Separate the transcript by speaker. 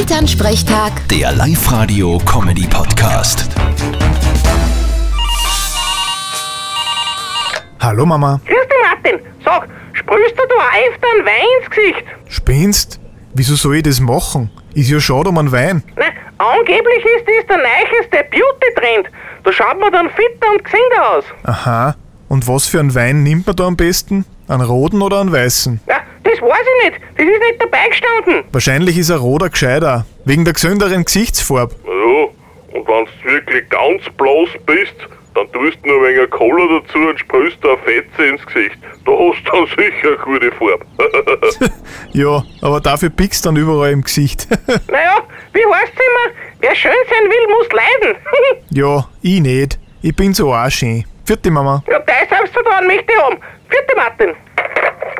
Speaker 1: Elternsprechtag,
Speaker 2: Der Live-Radio-Comedy-Podcast.
Speaker 3: Hallo Mama,
Speaker 4: Grüß dich, Martin. Sag, sprühst du da öfter einen Wein ins Gesicht?
Speaker 3: spinnst? Wieso soll ich das machen? Ist ja schade um einen Wein.
Speaker 4: Na, Ne, angeblich ist das der neueste Beauty-Trend. Da schaut man dann fitter und gesünder aus.
Speaker 3: Aha, und was für einen Wein nimmt man da am besten? Einen roten oder einen weißen?
Speaker 4: Na, das weiß ich nicht. Das ist nicht dabei gestanden.
Speaker 3: Wahrscheinlich ist ein roter gescheiter, wegen der gesünderen Gesichtsfarbe.
Speaker 5: Ja, und wenn du wirklich ganz bloß bist, dann tust du nur ein wenig Cola dazu und sprühst da Fetze ins Gesicht. Da hast du dann sicher eine gute Farbe.
Speaker 3: Ja, aber dafür pickst dann überall im Gesicht.
Speaker 4: Naja, wie heißt's immer? Wer schön sein will, muss leiden.
Speaker 3: ja, ich nicht. Ich bin so auch schön. Vierte Mama.
Speaker 4: ja, dein Selbstvertrauen möchte ich haben. Vierte Martin.